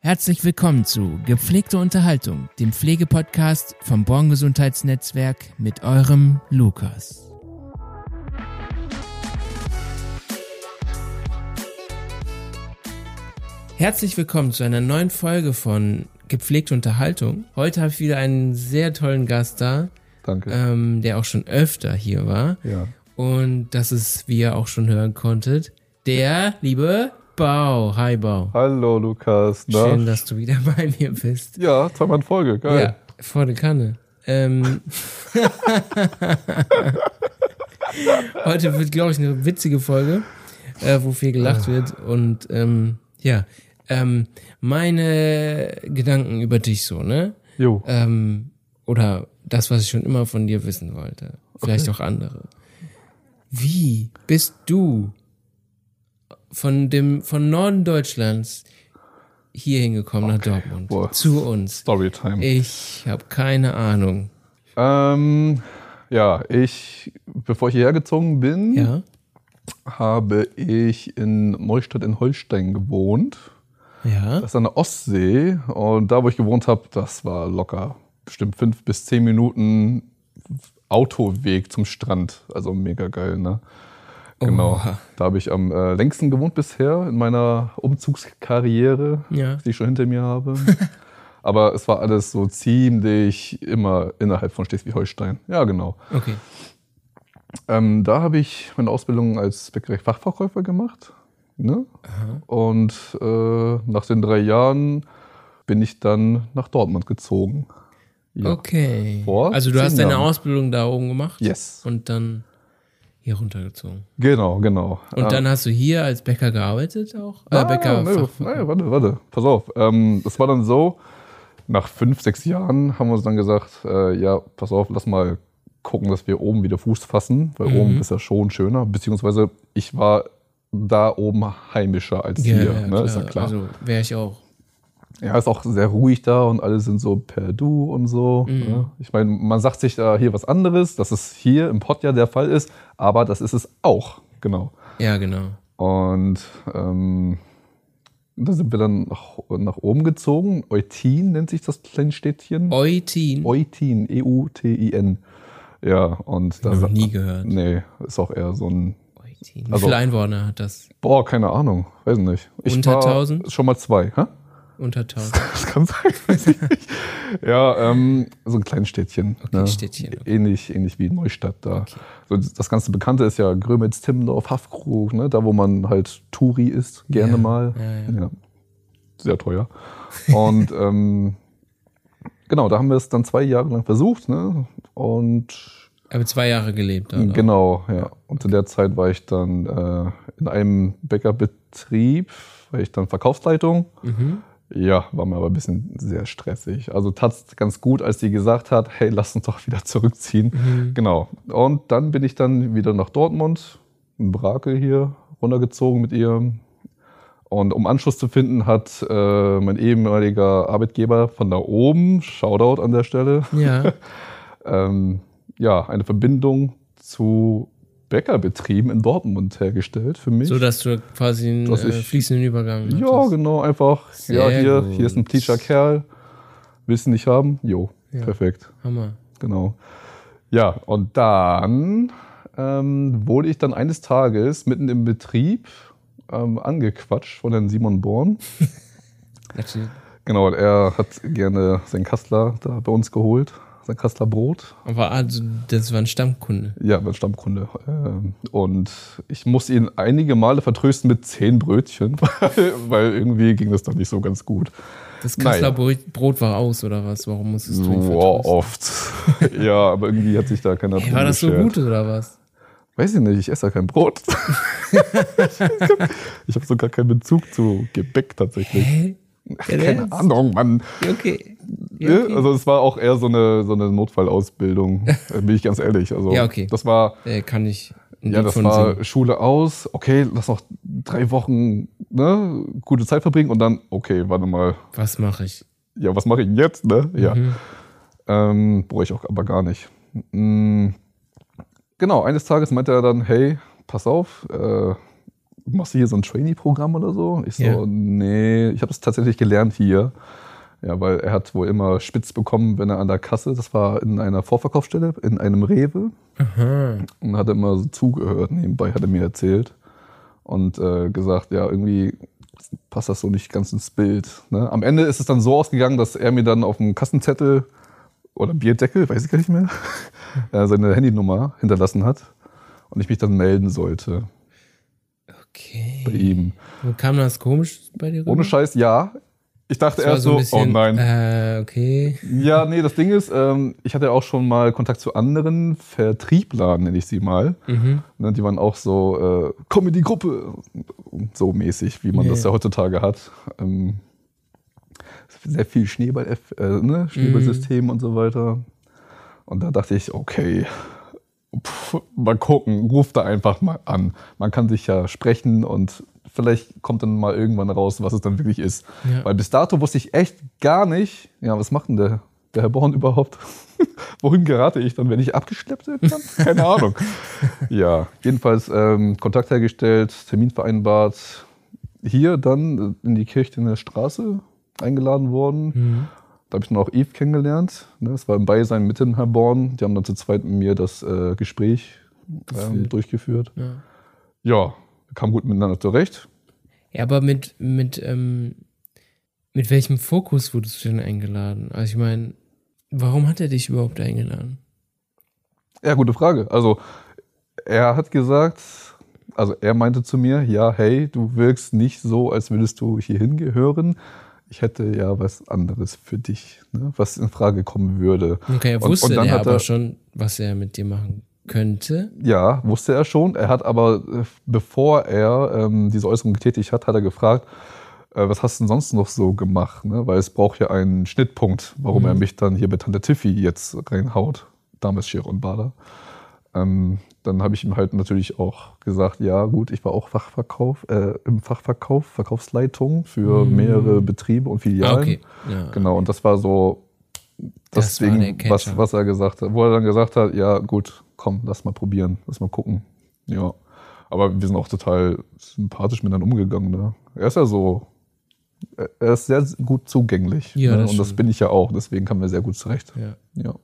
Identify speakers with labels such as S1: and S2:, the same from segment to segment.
S1: Herzlich willkommen zu Gepflegte Unterhaltung, dem Pflegepodcast vom Born Gesundheitsnetzwerk mit eurem Lukas. Herzlich willkommen zu einer neuen Folge von Gepflegte Unterhaltung. Heute habe ich wieder einen sehr tollen Gast da,
S2: Danke.
S1: ähm, der auch schon öfter hier war.
S2: Ja.
S1: Und das ist, wie ihr auch schon hören konntet, der liebe Bau. Hi Bau.
S2: Hallo Lukas. Na?
S1: Schön, dass du wieder bei mir bist.
S2: ja, zweimal in Folge. Geil.
S1: Ja, volle Kanne. Ähm, heute wird, glaube ich, eine witzige Folge, äh, wo viel gelacht wird. Und ähm, ja, ähm, meine Gedanken über dich so, ne?
S2: Jo.
S1: Ähm, oder das, was ich schon immer von dir wissen wollte. Vielleicht auch andere. Wie bist du von dem von Norden Deutschlands hier hingekommen nach Dortmund
S2: Boah.
S1: zu uns?
S2: Storytime.
S1: Ich habe keine Ahnung.
S2: Ähm, ja, ich, bevor ich hierher gezogen bin,
S1: Ja,
S2: habe ich in Neustadt in Holstein gewohnt.
S1: ja.
S2: Das ist an der Ostsee. Und da, wo ich gewohnt habe, das war locker. Bestimmt fünf bis zehn Minuten Autoweg zum Strand. Also mega geil, ne? Genau.
S1: Oha.
S2: Da habe ich am äh, längsten gewohnt bisher in meiner Umzugskarriere,
S1: Ja.
S2: die ich schon hinter mir habe. Aber es war alles so ziemlich immer innerhalb von Schleswig-Holstein. Ja, genau.
S1: Okay.
S2: Ähm, da habe ich meine Ausbildung als Bäckerei-Fachverkäufer gemacht. Ne? Und äh, nach den drei Jahren bin ich dann nach Dortmund gezogen. Ja.
S1: Okay.
S2: Vor
S1: also du
S2: zehn
S1: hast deine
S2: Jahren.
S1: Ausbildung da oben gemacht
S2: Yes.
S1: und dann hier runtergezogen.
S2: Genau, genau.
S1: Und
S2: Ähm,
S1: dann hast du hier als Bäcker gearbeitet auch? Äh,
S2: Ah,
S1: Bäcker.
S2: nö, nein, warte, warte, pass auf. Ähm, das war dann so, nach fünf, sechs Jahren haben wir uns dann gesagt, äh, ja, pass auf, lass mal gucken, dass wir oben wieder Fuß fassen, weil oben ist ja schon schöner, beziehungsweise ich war da oben heimischer als hier, ne? ist ja klar.
S1: Also wäre ich auch.
S2: ja, ist auch sehr ruhig da und alle sind so per Du und so. Ne? Ich meine, man sagt sich da hier was anderes, dass es hier im Pott ja der Fall ist, aber das ist es auch, genau.
S1: Ja, genau.
S2: Und ähm, da sind wir dann nach, nach oben gezogen. Eutin nennt sich das kleine Städtchen.
S1: Eutin.
S2: Eutin, E E-U-T-I-N. Ja, und da
S1: Noch nie gehört.
S2: Nee, ist auch eher so ein.
S1: Eutin. Wie
S2: Also-
S1: viele Einwohner hat das?
S2: Boah, keine Ahnung. Weiß nicht. Ich
S1: Unter
S2: war
S1: 1000?
S2: Schon mal zwei, hä?
S1: Unter 1000.
S2: Das kann sein, weiß ich nicht. Ja, ähm, so ein kleines Städtchen. ne?
S1: Okay, Städtchen, okay.
S2: Ähnlich, ähnlich wie Neustadt da. So, das ganze Bekannte ist ja Grömitz, Timmendorf, Haffkrug, ne? da wo man halt Touri ist, gerne
S1: Ja,
S2: mal.
S1: ja,
S2: Sehr teuer. Und ähm, genau, da haben wir es dann zwei Jahre lang versucht. Ne? Und
S1: Aber zwei Jahre gelebt. Oder?
S2: Genau, ja. Und in der Zeit war ich dann äh, in einem Bäckerbetrieb, war ich dann Verkaufsleitung.
S1: Mhm.
S2: Ja, war mir aber ein bisschen sehr stressig. Also tat ganz gut, als die gesagt hat, hey, lass uns doch wieder zurückziehen. Genau. Und dann bin ich dann wieder nach Dortmund, in Brakel hier, runtergezogen mit ihr. Und um Anschluss zu finden, hat äh, mein ehemaliger Arbeitgeber von da oben, Shoutout an der Stelle,
S1: Ja.
S2: ähm, ja, eine Verbindung zu Bäckerbetrieben in Dortmund hergestellt für mich.
S1: So dass du quasi einen
S2: Dass
S1: äh,
S2: ich-
S1: fließenden Übergang
S2: ja,
S1: hattest.
S2: genau, einfach.
S1: Sehr
S2: ja, hier,
S1: gut.
S2: hier ist ein Teacher Kerl. Willst du nicht haben? Jo,
S1: Ja.
S2: perfekt.
S1: Hammer.
S2: Genau. Ja, und dann ähm, wurde ich dann eines Tages mitten im Betrieb ähm, angequatscht von Herrn Simon Born.
S1: Natürlich.
S2: Genau, und er hat gerne sein Kassler da bei uns geholt, sein Kassler Brot.
S1: Aber also, das war ein Stammkunde.
S2: Ja, mein Stammkunde. Ähm, Und ich musste ihn einige Male vertrösten mit zehn Brötchen, weil, weil irgendwie ging das doch nicht so ganz gut.
S1: Das
S2: Naja.
S1: Kassler Brot- Brot war aus, oder was? Warum musstest du ihn
S2: Wow,
S1: vertrösten?
S2: oft. ja, aber irgendwie hat sich da keiner
S1: Hey, war das so
S2: beschwert.
S1: gut, oder was?
S2: Weiß ich nicht, ich esse ja kein Brot. ich habe sogar keinen Bezug zu Gebäck tatsächlich.
S1: Hä? Ja,
S2: Keine
S1: das-
S2: Ahnung, Mann.
S1: Ja, Okay. Ja,
S2: Ne?
S1: okay.
S2: Also es war auch eher so eine, so eine Notfallausbildung, äh, bin ich ganz ehrlich. Also
S1: Ja, okay.
S2: das war
S1: äh, kann ich ein
S2: Ja,
S1: Lied
S2: das
S1: von
S2: war
S1: singen.
S2: Schule aus, okay, lass noch drei Wochen ne, gute Zeit verbringen und dann, okay, warte mal,
S1: Was mache ich?
S2: ja, was mache ich denn jetzt, ne? Ja. Ähm, boah, ich auch aber gar nicht. Mm, genau, eines Tages meinte er dann, hey, pass auf, äh, machst du hier so ein Trainee-Programm oder so? Ich so,
S1: Ja.
S2: nee, ich habe das tatsächlich gelernt hier. Ja, weil er hat wohl immer spitz bekommen, wenn er an der Kasse, das war in einer Vorverkaufsstelle, in einem Rewe. Und hat immer so zugehört, nebenbei hat er mir erzählt. Und äh, gesagt, ja, irgendwie passt das so nicht ganz ins Bild. Ne? Am Ende ist es dann so ausgegangen, dass er mir dann auf dem Kassenzettel oder Bierdeckel, weiß ich gar nicht mehr, äh, seine Handynummer hinterlassen hat. Und ich mich dann melden sollte bei
S1: Okay.
S2: ihm.
S1: Und kam das komisch bei dir rüber?
S2: Ohne Scheiß, ja. Ich dachte
S1: Mhm. Das war
S2: erst so, oh nein.
S1: Äh, okay.
S2: Ja, nee, das Ding ist, ähm, ich hatte auch schon mal Kontakt zu anderen Vertrieblern, nenne ich sie mal. Ne, die waren auch so, äh, komm in die Gruppe, so mäßig, wie man
S1: Ja,
S2: das ja
S1: ja.
S2: heutzutage hat. Ähm, sehr viel Schneeball, äh, ne? Schneeballsystem und so weiter. Und da dachte ich, okay, pff, mal gucken, ruf da einfach mal an. Man kann sich ja sprechen und vielleicht kommt dann mal irgendwann raus, was es dann wirklich ist.
S1: Ja.
S2: Weil bis dato wusste ich echt gar nicht, ja, was macht denn der, der Herr Born überhaupt? Wohin gerate ich dann, wenn ich abgeschleppt werden kann? Keine Ahnung. Ja, jedenfalls ähm, Kontakt hergestellt, Termin vereinbart. Hier dann äh, in die Kirche in der Straße eingeladen worden. Da habe ich dann auch Eve kennengelernt. ne? Das war im Beisein mit dem Herr Born. Die haben dann zu zweit mit mir das äh, Gespräch ähm, durchgeführt.
S1: Ja.
S2: Ja, wir kamen gut miteinander zurecht.
S1: Ja, aber mit, mit, ähm, mit welchem Fokus wurdest du denn eingeladen? Also ich meine, warum hat er dich überhaupt eingeladen?
S2: Ja, gute Frage. Also, er hat gesagt, also er meinte zu mir, ja, hey, du wirkst nicht so, als würdest du hier hingehören. Ich hätte ja was anderes für dich, ne? was in Frage kommen würde.
S1: Okay, er
S2: Und-
S1: wusste
S2: und dann
S1: er
S2: hat er-
S1: aber schon, was er mit dir machen könnte.
S2: Ja, wusste er schon. Er hat aber, äh, bevor er ähm, diese Äußerung getätigt hat, hat er gefragt, äh, was hast du denn sonst noch so gemacht? Ne? Weil es braucht ja einen Schnittpunkt, warum
S1: Mhm.
S2: er mich dann hier bei Tante Tiffy jetzt reinhaut. Damals Chiron Bader. Ähm, dann habe ich ihm halt natürlich auch gesagt, ja gut, ich war auch Fachverkauf, äh, im Fachverkauf, Verkaufsleitung für mehrere Betriebe und Filialen.
S1: Mhm. Ah, okay. Ja.
S2: Genau, und das war so
S1: Das
S2: das
S1: war
S2: Ding,
S1: der Catcher.
S2: was, was er gesagt hat. Wo er dann gesagt hat, ja gut, komm, lass mal probieren, lass mal gucken. Ja, aber wir sind auch total sympathisch miteinander umgegangen. Ne? Er ist ja so, er- er ist sehr gut zugänglich.
S1: Ja,
S2: ne?
S1: das
S2: und das
S1: stimmt.
S2: bin ich ja auch, deswegen kamen wir sehr gut zurecht.
S1: Ja.
S2: Ja.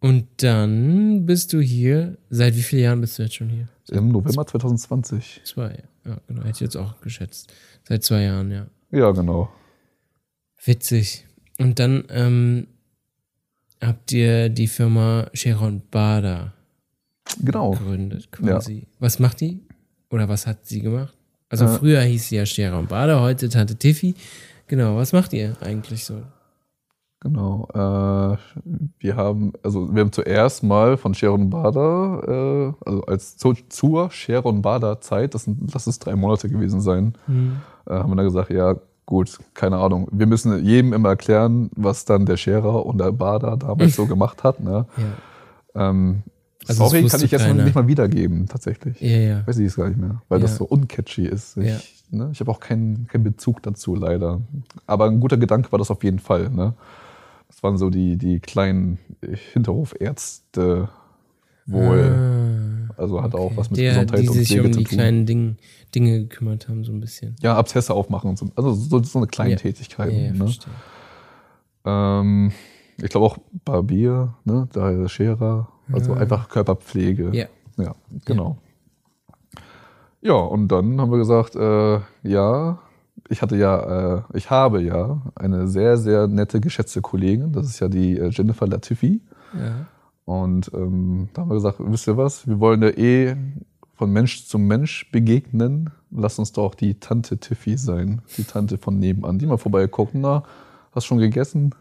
S1: Und dann bist du hier, seit wie vielen Jahren bist du jetzt schon hier?
S2: Im November 2020.
S1: Zwei, ja, genau, hätte ich jetzt auch geschätzt. Seit zwei Jahren, ja.
S2: Ja, genau.
S1: Witzig. Und dann ähm, habt ihr die Firma Sharon Bader
S2: Genau.
S1: gegründet, quasi. Was macht die? Oder was hat sie gemacht? Also
S2: Äh.
S1: früher hieß sie ja Sharon Bader, heute Tante Tiffy. Genau, was macht ihr eigentlich so?
S2: Genau. Äh, wir haben, also wir haben zuerst mal von Sharon Bader, äh, also als zu, zur Sharon Bader Zeit, das sind, lass es drei Monate gewesen sein,
S1: Mhm.
S2: äh, haben wir dann gesagt, ja gut, keine Ahnung. Wir müssen jedem immer erklären, was dann der Scherer und der Bader damals so gemacht hat. Ne?
S1: Ja,
S2: Ähm,
S1: Also das
S2: sorry, kann
S1: wusste
S2: ich jetzt noch
S1: keiner.
S2: nicht mal wiedergeben, tatsächlich.
S1: ja, ja.
S2: Weiß ich es gar nicht mehr, weil
S1: Ja.
S2: das so uncatchy ist. Ich,
S1: Ja.
S2: ne, ich habe auch keinen keinen Bezug dazu, leider. Aber ein guter Gedanke war das auf jeden Fall. Ne? Das waren so die, die kleinen Hinterhofärzte wohl.
S1: Ah,
S2: also hat auch was mit
S1: der,
S2: Gesundheit
S1: die
S2: und
S1: sich
S2: Pflege
S1: um
S2: zu
S1: die
S2: tun.
S1: kleinen Ding, Dinge gekümmert haben, so ein bisschen.
S2: ja, Abszesse aufmachen und so. Also so, so eine kleine
S1: Ja.
S2: Tätigkeit.
S1: Ja, ja,
S2: ne?
S1: verstehe.
S2: ähm, ich glaube auch Barbier, ne? der Scherer. Also einfach Körperpflege.
S1: Ja.
S2: Ja, genau. Ja, und dann haben wir gesagt, äh, ja, ich hatte ja, äh, ich habe ja eine sehr, sehr nette, geschätzte Kollegin, das ist ja die äh, Jennifer Latifi.
S1: Ja.
S2: Und ähm, da haben wir gesagt, wisst ihr was, wir wollen ja eh von Mensch zu Mensch begegnen. Lass uns doch die Tante Tiffy sein, die Tante von nebenan, die mal vorbeiguckt. Na, hast schon gegessen?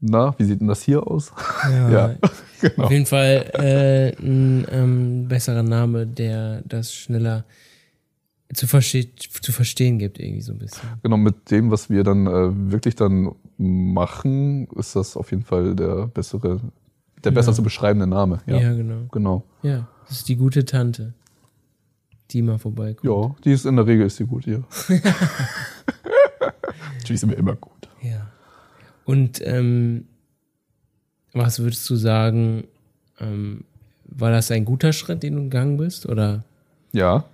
S2: Na, wie sieht denn das hier aus?
S1: Ja.
S2: genau.
S1: Auf jeden Fall äh, ein ähm, besserer Name, der das schneller zu, verste zu verstehen gibt, irgendwie so ein bisschen.
S2: Genau, mit dem, was wir dann äh, wirklich dann machen, ist das auf jeden Fall der bessere, der besser zu beschreibende Name.
S1: Ja,
S2: Ja,
S1: genau.
S2: genau.
S1: Ja, das ist die gute Tante, die mal vorbeikommt.
S2: Ja, die ist in der Regel ist die gut, ja. Natürlich sind wir immer gut.
S1: Ja. Und ähm, was würdest du sagen, ähm, war das ein guter Schritt, den du gegangen bist? Oder
S2: Ja,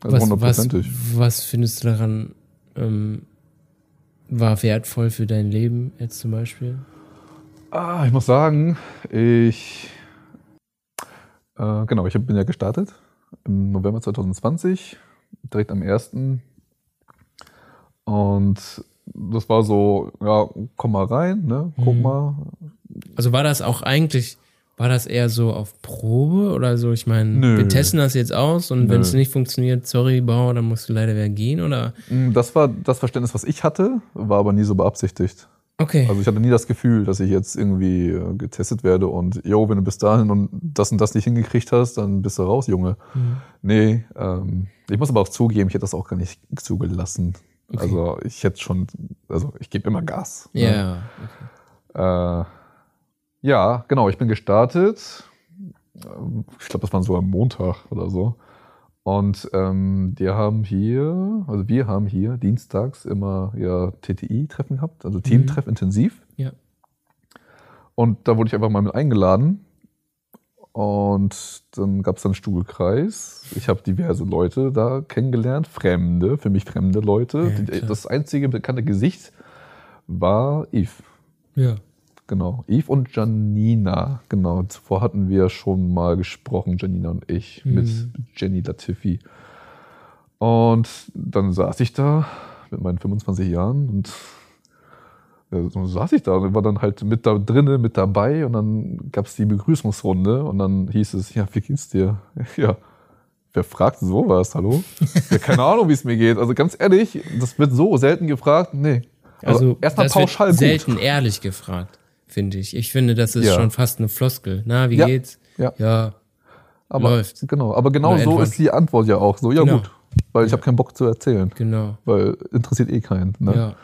S2: Also
S1: was,
S2: hundertprozentig.
S1: was findest du daran ähm, war wertvoll für dein Leben jetzt zum Beispiel?
S2: Ah, ich muss sagen, ich. Äh, genau, ich hab- bin ja gestartet im November 2020, direkt am 1. Und das war so, ja, komm mal rein, ne? guck
S1: Mhm.
S2: mal.
S1: Also war das auch eigentlich, war das eher so auf Probe oder so? Ich meine,
S2: Nö.
S1: wir testen das jetzt aus und wenn
S2: Nö.
S1: es nicht funktioniert, sorry, Bauer, dann musst du leider wieder gehen oder?
S2: Mm, Das war das Verständnis, was ich hatte, war aber nie so beabsichtigt.
S1: Okay.
S2: Also ich hatte nie das Gefühl, dass ich jetzt irgendwie äh, getestet werde und, yo, wenn du bis dahin und das und das nicht hingekriegt hast, dann bist du raus, Junge.
S1: Mhm.
S2: Nee, ähm, ich muss aber auch zugeben, ich hätte das auch gar nicht zugelassen.
S1: Okay.
S2: Also ich hätte schon, also ich gebe immer Gas. ne?
S1: ja.
S2: Äh, ja, genau, ich bin gestartet. Ähm, Ich glaube, das war so am Montag oder so. Und ähm, die haben hier, also wir haben hier dienstags immer ja TTI-Treffen gehabt, also Teamtreff intensiv.
S1: Mhm. Ja.
S2: Und da wurde ich einfach mal mit eingeladen. Und dann gab es dann Stuhlkreis. Ich habe diverse Leute da kennengelernt, Fremde, für mich fremde Leute.
S1: Ja,
S2: Die-
S1: klar.
S2: das einzige bekannte Gesicht war Yves.
S1: Ja.
S2: Genau, Eve und Janina. Genau, zuvor hatten wir schon mal gesprochen, Janina und ich,
S1: Mhm.
S2: mit Jenny Latifi. Und dann saß ich da mit meinen 25 Jahren und ja, so saß ich da und war dann halt mit da drinnen, mit dabei und dann gab es die Begrüßungsrunde und dann hieß es, ja, wie geht's dir? Ja, wer fragt sowas, hallo? ja, keine Ahnung, wie es mir geht. Also ganz ehrlich, das wird so selten gefragt, nee.
S1: Also
S2: erstmal
S1: das wird
S2: pauschal gut.
S1: selten ehrlich gefragt, finde ich. Ich finde, das ist
S2: Ja.
S1: schon fast eine Floskel. Na, wie
S2: Ja.
S1: geht's?
S2: Ja.
S1: Ja.
S2: Aber,
S1: Läuft.
S2: Genau, aber genau
S1: Oder
S2: so
S1: Endwand.
S2: ist die Antwort ja auch. So, ja
S1: Genau.
S2: gut, weil ich habe keinen Bock zu erzählen,
S1: Genau.
S2: weil interessiert eh keinen. Ne?
S1: Ja.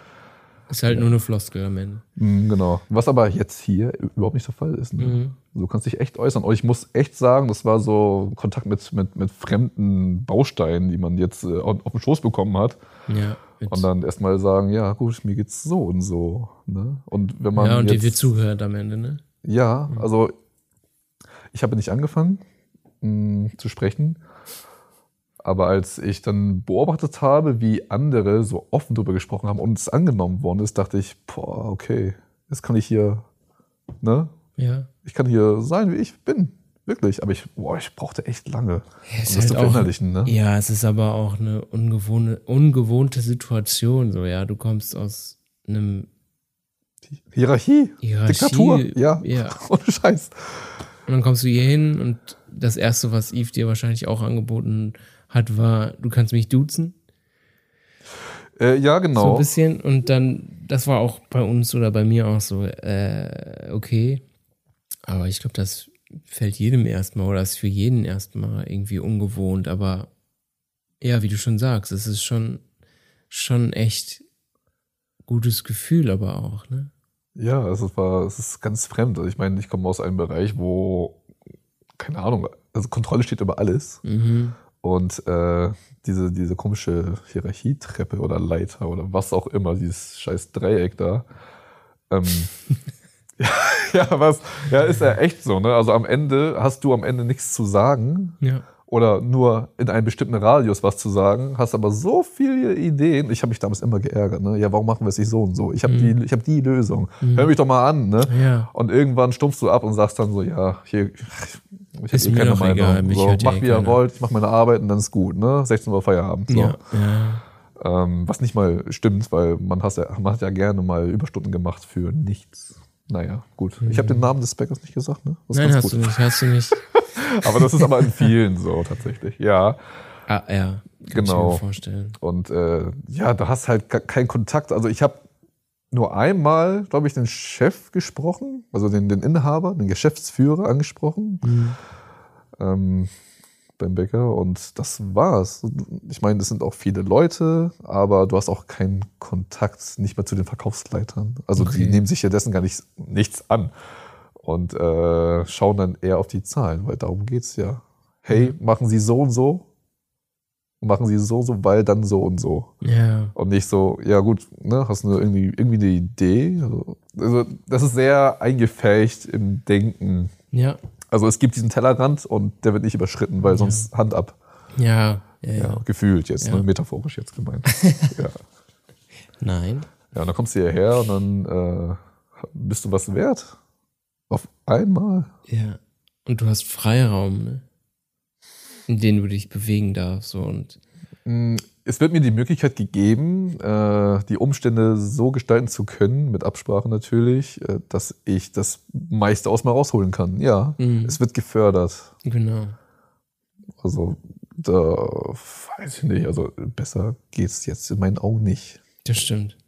S1: Ist halt nur eine Floskel am Ende.
S2: Mm, genau. Was aber jetzt hier überhaupt nicht der Fall ist. Ne?
S1: Mhm.
S2: Du kannst dich echt äußern. Und ich muss echt sagen, das war so Kontakt mit, mit, mit fremden Bausteinen, die man jetzt äh, auf auf den Schoß bekommen hat.
S1: Ja. Mit,
S2: Und dann erstmal sagen, ja gut, mir geht's so und so. Ne? Und wenn man
S1: ja, und
S2: jetzt,
S1: die wird zuhört am Ende, ne?
S2: Ja, also ich habe nicht angefangen mh, zu sprechen, aber als ich dann beobachtet habe, wie andere so offen darüber gesprochen haben und es angenommen worden ist, dachte ich, boah, okay, jetzt kann ich hier, ne?
S1: Ja.
S2: Ich kann hier sein, wie ich bin. Wirklich, aber ich, boah, ich brauchte echt lange,
S1: Ja,
S2: um das zu verinnerlichen, ne?
S1: halt Ja, es ist aber auch eine ungewohne, ungewohnte Situation. So, ja, du kommst aus einem
S2: Hierarchie,
S1: Hierarchie.
S2: Diktatur, ja.
S1: ja.
S2: Ohne Scheiß.
S1: Und dann kommst du hier hin und das Erste, was Eve dir wahrscheinlich auch angeboten hat, war, du kannst mich duzen.
S2: Äh,
S1: So
S2: ja,
S1: ein
S2: genau.
S1: bisschen. Und dann, das war auch bei uns oder bei mir auch so, äh, okay. Aber ich glaube, das fällt jedem erstmal oder ist für jeden erstmal irgendwie ungewohnt. Aber ja, wie du schon sagst, es ist schon, schon echt gutes Gefühl, aber auch, ne?
S2: Ja, also es war, es ist ganz fremd. Also ich meine, ich komme aus einem Bereich, wo, keine Ahnung, also Kontrolle steht über alles.
S1: Mhm.
S2: Und äh, diese, diese komische Hierarchietreppe oder Leiter oder was auch immer, dieses scheiß Dreieck da. Ähm, ja, ja, was? Ja, ist ja echt so, ne? Also am Ende hast du am Ende nichts zu sagen,
S1: Ja.
S2: oder nur in einem bestimmten Radius was zu sagen, hast aber so viele Ideen. Ich habe mich damals immer geärgert. Ne? Ja, warum machen wir es nicht so und so? Ich habe die, ich hab die Lösung. Hör mich doch mal an. Ne?
S1: Mhm. Ja.
S2: Und irgendwann stumpfst du ab und sagst dann so, ja, hier, ich hab
S1: Ist
S2: hier
S1: mir doch egal, mich
S2: so,
S1: hört eh
S2: mach wie ihr
S1: keiner.
S2: wollt, ich mache meine Arbeit und dann ist gut. Ne? 16 Uhr Feierabend. So.
S1: Ja. ja.
S2: Ähm, was nicht mal stimmt, weil man, hast ja, man hat ja gerne mal Überstunden gemacht für nichts. Naja, gut. Ich habe den Namen des Bäckers nicht gesagt, ne? Das ist
S1: Mhm. Nein,
S2: ganz
S1: hast
S2: gut.
S1: du nicht, hast du nicht.
S2: Aber das ist aber in vielen so tatsächlich. Ja.
S1: Ah, ja. Kann
S2: Genau.
S1: Ich mir vorstellen.
S2: Und äh, ja, da hast halt ke- keinen Kontakt. Also ich habe nur einmal, glaube ich, den Chef gesprochen, also den, den Inhaber, den Geschäftsführer angesprochen ähm, beim Bäcker. Und das war's. Ich meine, es sind auch viele Leute, aber du hast auch keinen Kontakt, nicht mehr zu den Verkaufsleitern. Also
S1: Okay.
S2: die nehmen sich ja dessen gar nicht, nichts an und äh, schauen dann eher auf die Zahlen, weil darum geht's ja. Hey, machen Sie so und so, machen Sie so und so, weil dann so und so.
S1: Ja.
S2: Und nicht so, ja gut, ne, hast du irgendwie, irgendwie eine Idee? Also, also, das ist sehr eingefärcht im Denken.
S1: Ja.
S2: Also es gibt diesen Tellerrand und der wird nicht überschritten, weil sonst Hand ab.
S1: Ja. Ja,
S2: Ja,
S1: ja.
S2: gefühlt jetzt,
S1: Ja.
S2: ne? metaphorisch jetzt gemeint. ja.
S1: Nein.
S2: ja, und dann kommst du hierher und dann äh, bist du was wert. Auf einmal.
S1: Ja. Und du hast Freiraum, ne? In den du dich bewegen darfst. So. Und
S2: Mm, Es wird mir die Möglichkeit gegeben, äh, die Umstände so gestalten zu können, mit Absprache natürlich, äh, dass ich das meiste aus mir rausholen kann. Ja,
S1: Mhm.
S2: es wird gefördert.
S1: genau.
S2: Also da weiß ich nicht, also besser geht's jetzt in meinen Augen nicht.
S1: Das stimmt.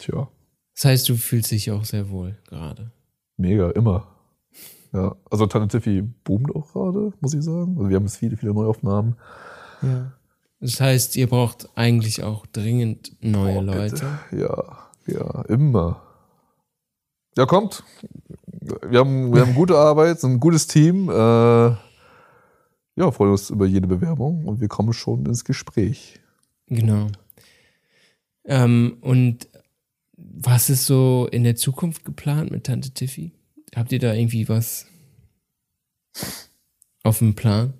S2: Tja,
S1: Das heißt, du fühlst dich auch sehr wohl gerade.
S2: mega, immer. Ja, also Tante Tiffy boomt auch gerade, muss ich sagen. Also wir haben jetzt viele, viele Neuaufnahmen.
S1: Ja. Das heißt, ihr braucht eigentlich auch dringend neue
S2: Oh, bitte.
S1: Leute.
S2: Ja, ja, immer. Ja, kommt. Wir haben, wir haben gute Arbeit, so ein gutes Team. Äh, ja, freuen uns über jede Bewerbung und wir kommen schon ins Gespräch.
S1: Genau. Ähm, und was ist so in der Zukunft geplant mit Tante Tiffy? Habt ihr da irgendwie was auf dem Plan?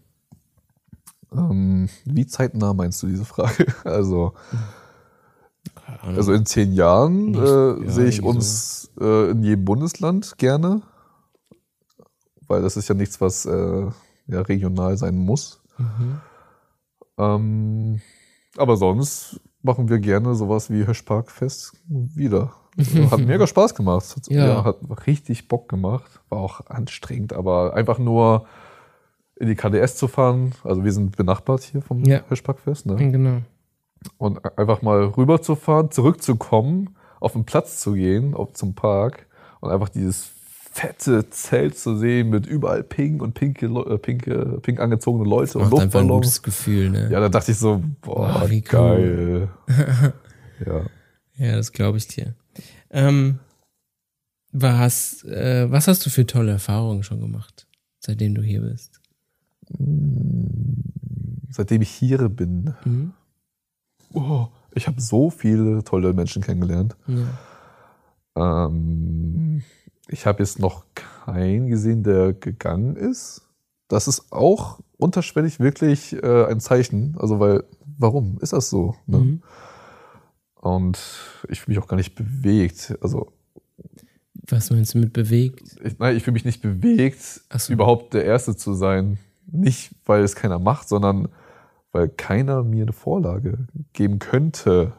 S2: Ähm, wie zeitnah meinst du diese Frage? Also,
S1: Keine Ahnung.
S2: also in zehn Jahren
S1: Nicht-
S2: äh,
S1: ja,
S2: sehe ich
S1: irgendwie
S2: uns äh, in jedem Bundesland gerne, weil das ist ja nichts, was äh, ja, regional sein muss.
S1: mhm.
S2: Ähm, aber sonst machen wir gerne sowas wie Höschparkfest wieder. Also Hat mega Spaß gemacht. Hat,
S1: Ja.
S2: ja. hat richtig Bock gemacht. War auch anstrengend, aber einfach nur in die KDS zu fahren. Also wir sind benachbart hier vom
S1: Ja.
S2: Höschparkfest. Ne?
S1: Genau.
S2: Und einfach mal rüberzufahren, zurückzukommen, auf den Platz zu gehen, auf, zum Park und einfach dieses fette Zelt zu sehen mit überall pink und pinke, Leu- äh, pinke, pink angezogene Leute und
S1: Macht einfach ein
S2: Luftballons.
S1: gutes Gefühl, ne?
S2: Ja, da dachte ich so, boah,
S1: Ah, wie
S2: geil. ja.
S1: Ja, das glaube ich dir. Ähm, was, äh, was hast du für tolle Erfahrungen schon gemacht, seitdem du hier bist?
S2: Seitdem ich hier bin,
S1: Mhm.
S2: oh, ich habe so viele tolle Menschen kennengelernt.
S1: Ja.
S2: Ähm, ich habe jetzt noch keinen gesehen, der gegangen ist. Das ist auch unterschwellig wirklich äh, ein Zeichen. Also, weil, warum ist das so? Ne?
S1: Mhm.
S2: Und ich fühle mich auch gar nicht bewegt. Also,
S1: Was meinst du mit bewegt?
S2: ich, nein, ich fühle mich nicht bewegt,
S1: Ach so.
S2: überhaupt der Erste zu sein. Nicht, weil es keiner macht, sondern weil keiner mir eine Vorlage geben könnte,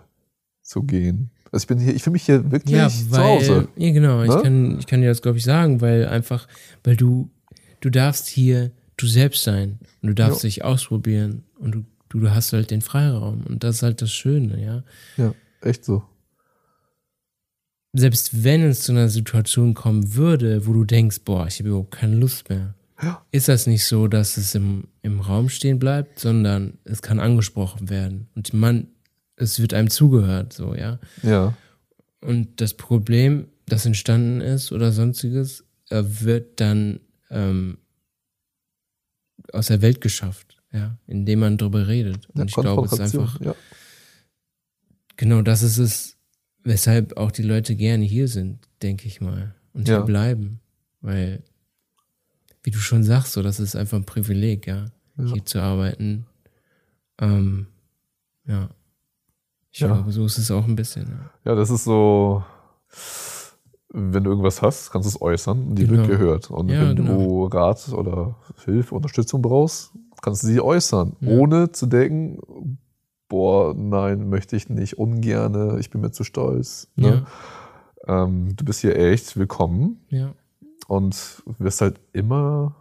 S2: zu gehen. Also ich bin hier, ich fühle mich hier wirklich
S1: Ja,
S2: zu
S1: weil,
S2: Hause.
S1: ja genau, ich,
S2: Ne?
S1: kann, ich kann dir das, glaube ich, sagen, weil einfach, weil du, du darfst hier du selbst sein und du darfst
S2: Ja.
S1: dich ausprobieren und du, du, du hast halt den Freiraum und das ist halt das Schöne, ja.
S2: Ja, echt so.
S1: Selbst wenn es zu einer Situation kommen würde, wo du denkst, boah, ich habe überhaupt keine Lust mehr, ist das nicht so, dass es im, im Raum stehen bleibt, sondern es kann angesprochen werden und man, es wird einem zugehört, so, ja.
S2: Ja.
S1: Und das Problem, das entstanden ist oder sonstiges, äh, wird dann ähm, aus der Welt geschafft, ja, indem man drüber redet. Und
S2: ja,
S1: ich glaube, es ist
S2: Konfrontation,
S1: einfach,
S2: Ja.
S1: genau das ist es, weshalb auch die Leute gerne hier sind, denke ich mal. Und hier
S2: Ja.
S1: bleiben. Weil, wie du schon sagst, so, das ist einfach ein Privileg, ja,
S2: Ja.
S1: hier zu arbeiten. Ähm, ja. Ich
S2: Ja.
S1: glaube, so ist es auch ein bisschen. Ja.
S2: ja, das ist so, wenn du irgendwas hast, kannst du es äußern und die
S1: Genau.
S2: wird gehört. Und
S1: Ja,
S2: wenn
S1: genau.
S2: du Rat oder Hilfe, Unterstützung brauchst, kannst du sie äußern,
S1: Ja.
S2: ohne zu denken, boah, nein, möchte ich nicht, ungerne, ich bin mir zu stolz. Ne? Ähm, du bist hier echt willkommen
S1: Ja. ja.
S2: und wirst halt immer,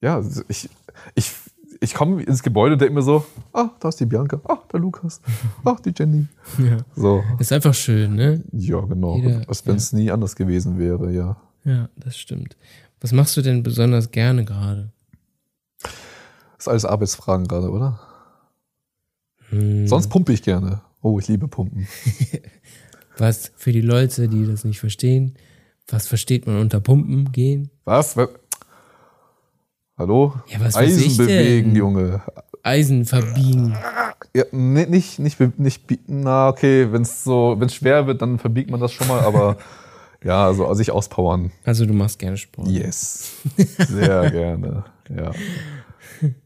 S2: ja, ich, ich, ich komme ins Gebäude und denke mir so, ah, da ist die Bianca, ah, der Lukas, ah, die Jenny.
S1: ja.
S2: So.
S1: Ist einfach schön, ne?
S2: Ja, genau.
S1: Jeder-
S2: Als wenn es nie anders gewesen wäre, ja.
S1: Ja, das stimmt. Was machst du denn besonders gerne gerade?
S2: Ist alles Arbeitsfragen gerade, oder?
S1: Hm,
S2: Sonst pumpe ich gerne. Oh, ich liebe Pumpen.
S1: was für die Leute, die das nicht verstehen, was versteht man unter Pumpen gehen?
S2: Was? Was? Hallo?
S1: Ja, was weiß ich
S2: Eisen bewegen,
S1: denn?
S2: Junge.
S1: Eisen verbiegen.
S2: Ja, nee, nicht, nicht, be- nicht, bi- na, okay, wenn es so, wenn's schwer wird, dann verbiegt man das schon mal, aber ja, so also sich auspowern.
S1: Also du machst gerne Sport.
S2: Yes. Sehr gerne. Ja.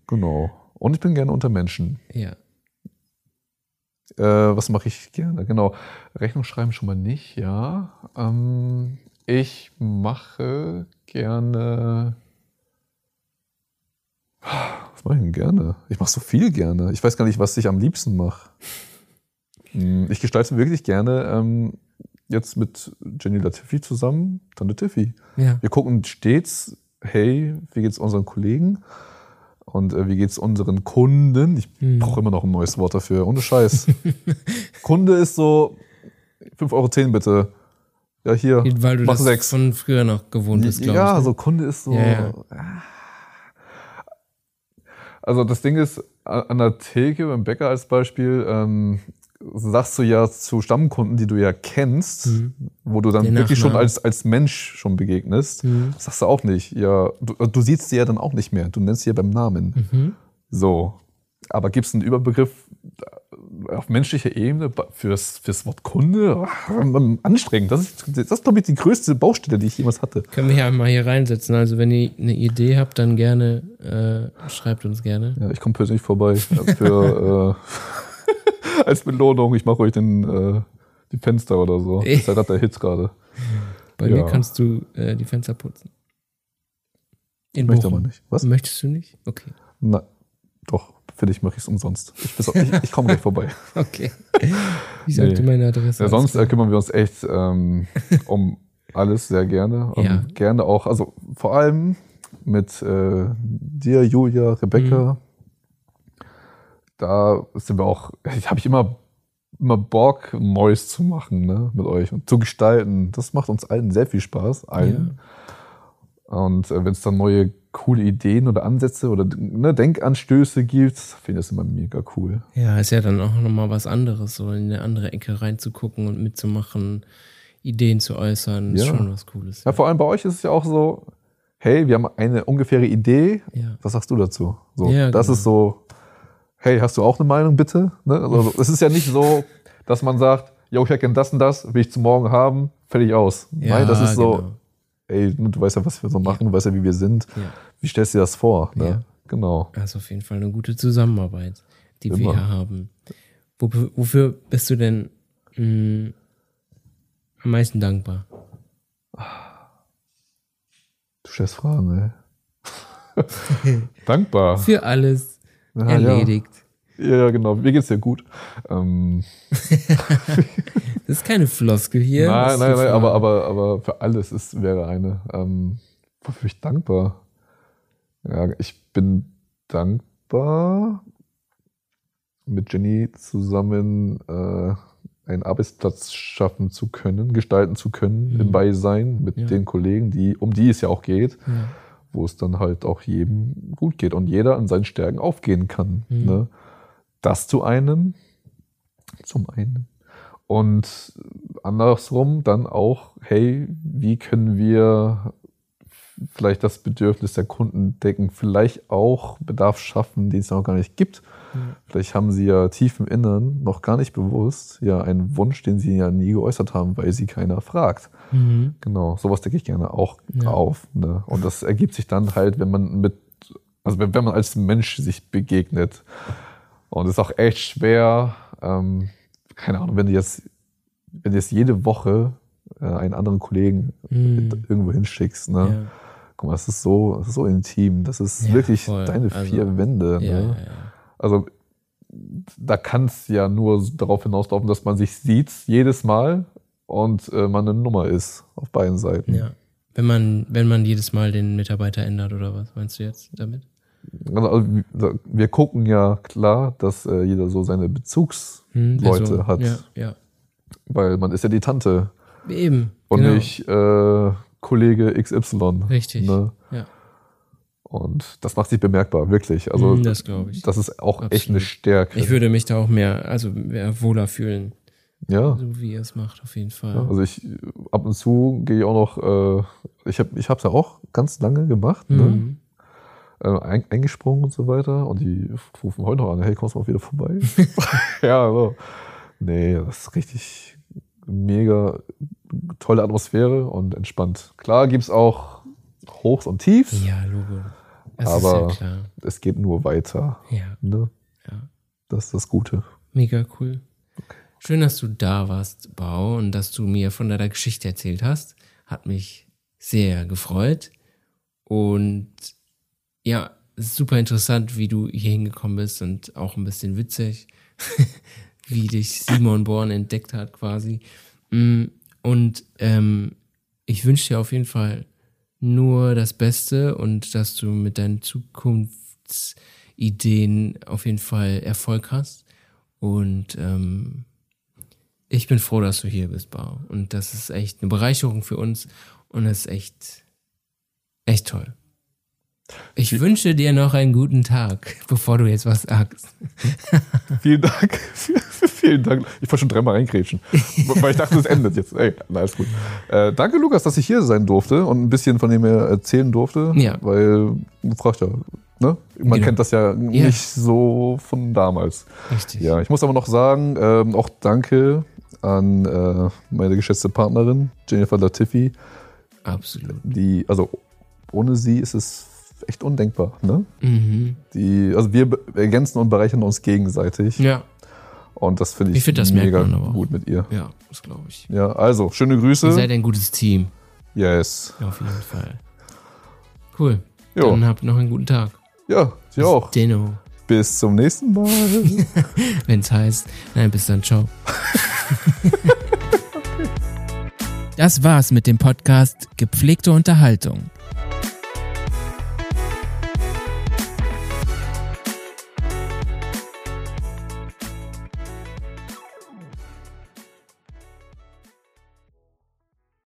S2: Genau. Und ich bin gerne unter Menschen.
S1: Ja.
S2: Äh, was mache ich gerne? Genau. Rechnung schreiben schon mal nicht, ja. Ähm, ich mache gerne. Was mache ich denn gerne? Ich mache so viel gerne. Ich weiß gar nicht, was ich am liebsten mache. Hm, Ich gestalte wirklich gerne ähm, jetzt mit Jenny Latifi zusammen, Tante Tiffy.
S1: Ja.
S2: Wir gucken stets, hey, wie geht's unseren Kollegen? Und äh, wie geht's unseren Kunden? Ich
S1: Hm.
S2: brauche immer noch ein neues Wort dafür, ohne Scheiß. Kunde ist so 5,10 Euro bitte. Ja, hier,
S1: Weil du
S2: mach
S1: das
S2: sechs.
S1: von früher noch gewohnt bist, glaube
S2: Ja,
S1: ich. ne?
S2: so Kunde ist so. Ah.
S1: Ja, ja.
S2: Also das Ding ist, a- an der Theke beim Bäcker als Beispiel, ähm, sagst du ja zu Stammkunden, die du ja kennst, wo du dann
S1: Mhm. Den
S2: wirklich schon
S1: Nachnamen. Mhm.
S2: als, als Mensch schon begegnest, sagst du auch nicht. Ja, du, äh, du siehst sie ja dann auch nicht mehr. Du nennst sie ja beim Namen.
S1: Mhm.
S2: So. Aber gibt es einen Überbegriff äh, auf menschlicher Ebene ba- fürs, fürs Wort Kunde? ähm, Anstrengend. Das ist, das ist, glaube ich, die größte Baustelle, die ich jemals hatte.
S1: Können wir ja mal hier reinsetzen. Also wenn ihr eine Idee habt, dann gerne, äh, schreibt uns gerne.
S2: Ja, ich komme persönlich vorbei äh, für, äh, als Belohnung. Ich mache euch den, äh, die Fenster oder so. Das ist halt der Hit gerade.
S1: Bei
S2: Ja.
S1: mir kannst du äh, die Fenster putzen. In
S2: Möchte
S1: Bochum.
S2: aber nicht. Was?
S1: Möchtest du nicht? Okay.
S2: Na, doch, für dich mache ich es umsonst. Ich, bis- ich, ich komme gleich vorbei.
S1: Okay. Ich sagte
S2: Nee.
S1: meine Adresse.
S2: Ja,
S1: Alles
S2: sonst
S1: klar.
S2: äh, kümmern wir uns echt ähm, um alles sehr gerne. Und
S1: Ja.
S2: gerne auch, also vor allem mit äh, dir, Julia, Rebecca. Da sind wir auch, ich habe ich immer, immer Bock, Neues zu machen ne, mit euch und zu gestalten. Das macht uns allen sehr viel Spaß. Allen. Und äh, wenn es dann neue coole Ideen oder Ansätze oder ne, Denkanstöße gibt, finde ich das immer mega cool.
S1: Ja, ist ja dann auch nochmal was anderes, so in eine andere Ecke reinzugucken und mitzumachen, Ideen zu äußern, ist
S2: Ja.
S1: schon was Cooles.
S2: Ja, vor allem bei euch ist es ja auch so, hey, wir haben eine ungefähre Idee.
S1: Ja.
S2: Was sagst du dazu? So,
S1: Ja,
S2: das
S1: genau.
S2: ist so, hey, hast du auch eine Meinung bitte? Ne? Also, es ist ja nicht so, dass man sagt, yo, ich hätte gern das und das, will ich zum Morgen haben, fertig aus.
S1: Ja,
S2: Nein, das ist so,
S1: genau.
S2: ey, du weißt ja, was wir so machen, du weißt ja, wie wir sind.
S1: Ja.
S2: Wie stellst du dir das vor? Ne?
S1: Ja.
S2: Genau.
S1: Das ist auf jeden Fall eine gute Zusammenarbeit, die wir
S2: Immer.
S1: hier haben. Wo, wofür bist du denn mh, am meisten dankbar?
S2: Du stellst Fragen, ey. Dankbar.
S1: Für alles
S2: Ja,
S1: erledigt.
S2: Ja. ja, genau. Mir geht's ja gut. Ähm,
S1: Das ist keine Floskel hier. Das
S2: nein,
S1: ist
S2: nein,
S1: eine
S2: nein,
S1: Frage.
S2: aber, aber, aber für alles ist, wäre eine. Ähm, wofür bin ich dankbar? Ja, ich bin dankbar, mit Jenny zusammen äh, einen Arbeitsplatz schaffen zu können, gestalten zu können,
S1: Mhm.
S2: im Beisein mit
S1: Ja.
S2: den Kollegen, die, um die es ja auch geht,
S1: Ja.
S2: wo es dann halt auch jedem gut geht und jeder an seinen Stärken aufgehen kann.
S1: Mhm.
S2: Ne? Das zu einem, zum einen. Und andersrum dann auch, hey, wie können wir vielleicht das Bedürfnis der Kunden decken, vielleicht auch Bedarf schaffen, den es noch gar nicht gibt.
S1: Ja.
S2: Vielleicht haben sie ja tief im Innern noch gar nicht bewusst, ja, einen Wunsch, den sie ja nie geäußert haben, weil sie keiner fragt.
S1: Mhm.
S2: Genau, sowas decke ich gerne auch
S1: Ja.
S2: auf. Ne? Und das ergibt sich dann halt, wenn man mit, also wenn, wenn man als Mensch sich begegnet. Und es ist auch echt schwer, ähm, keine Ahnung, wenn du jetzt, wenn du jetzt jede Woche äh, einen anderen Kollegen
S1: Mhm.
S2: irgendwo hinschickst. Ne?
S1: Ja.
S2: Guck mal, das ist so, das ist so intim. Das ist
S1: Ja,
S2: wirklich
S1: voll.
S2: deine
S1: Also,
S2: vier Wände.
S1: Ja,
S2: Ne?
S1: ja, ja.
S2: Also da kann es ja nur darauf hinauslaufen, dass man sich sieht jedes Mal und äh, man eine Nummer ist auf beiden Seiten.
S1: ja. Wenn man, wenn man jedes Mal den Mitarbeiter ändert oder was, meinst du jetzt damit?
S2: Also, also, wir gucken ja klar, dass äh, jeder so seine
S1: Hm,
S2: Bezugsleute
S1: Person.
S2: hat,
S1: Ja, ja.
S2: weil man ist ja die Tante
S1: Eben.
S2: und
S1: genau.
S2: nicht äh, Kollege XY.
S1: Richtig.
S2: Ne?
S1: Ja.
S2: Und das macht sich bemerkbar, wirklich. Also
S1: Mhm,
S2: das,
S1: das glaube ich.
S2: ist auch echt
S1: Absolut.
S2: eine Stärke.
S1: Ich würde mich da auch mehr, also mehr wohler fühlen,
S2: ja.
S1: so wie ihr es macht, auf jeden Fall.
S2: Ja, Also ich äh, ab und zu gehe ich auch noch, äh, ich habe es ja auch ganz lange gemacht, ne?
S1: Mhm.
S2: äh, ein, eingesprungen und so weiter. Und die rufen heute noch an, hey, kommst du mal wieder vorbei? ja, so. Nee, das ist richtig mega tolle Atmosphäre und entspannt. Klar gibt's auch Hochs und Tiefs,
S1: Ja, Logo. Das
S2: Ne? Aber-
S1: ist ja klar.
S2: Es geht nur weiter.
S1: Ja,
S2: Ne?
S1: ja.
S2: Das ist das Gute.
S1: Mega cool. Schön, dass du da warst, Bau, und dass du mir von deiner Geschichte erzählt hast. Hat mich sehr gefreut. Und ja, es ist super interessant, wie du hier hingekommen bist und auch ein bisschen witzig, wie dich Simon Born entdeckt hat quasi. Mm, Und ähm, ich wünsche dir auf jeden Fall nur das Beste und dass du mit deinen Zukunftsideen auf jeden Fall Erfolg hast. Und ähm, ich bin froh, dass du hier bist, Bau. Und das ist echt eine Bereicherung für uns und das ist echt, echt toll. Ich wünsche dir noch einen guten Tag, bevor du jetzt was sagst.
S2: Vielen Dank. Vielen Dank. Ich wollte schon dreimal reingrätschen, weil ich dachte, es endet jetzt. Ey, na, alles gut. Äh, danke, Lukas, dass ich hier sein durfte und ein bisschen von dem er erzählen durfte.
S1: Ja.
S2: Weil, du fragst ja, ne? Man
S1: Genau.
S2: kennt das ja nicht so von damals.
S1: Richtig.
S2: Ja, ich muss aber noch sagen, ähm, auch danke an äh, meine geschätzte Partnerin, Jennifer Latifi,
S1: Absolut.
S2: die, also ohne sie ist es echt undenkbar, ne?
S1: Mhm.
S2: Die, also wir be- ergänzen und bereichern uns gegenseitig.
S1: Ja,
S2: Und das finde ich,
S1: Ich finde, das merkt
S2: mega
S1: man aber auch.
S2: gut mit ihr.
S1: ja, das glaube ich.
S2: Ja, also, schöne
S1: Ihr
S2: Grüße.
S1: seid ein gutes Team,
S2: Yes.
S1: auf jeden Fall. Cool.
S2: Jo.
S1: Dann habt noch einen guten Tag.
S2: Ja, dir auch.
S1: Deno,
S2: Bis zum nächsten Mal.
S1: wenn es heißt. Nein, bis dann, ciao. das war's mit dem Podcast Gepflegte Unterhaltung.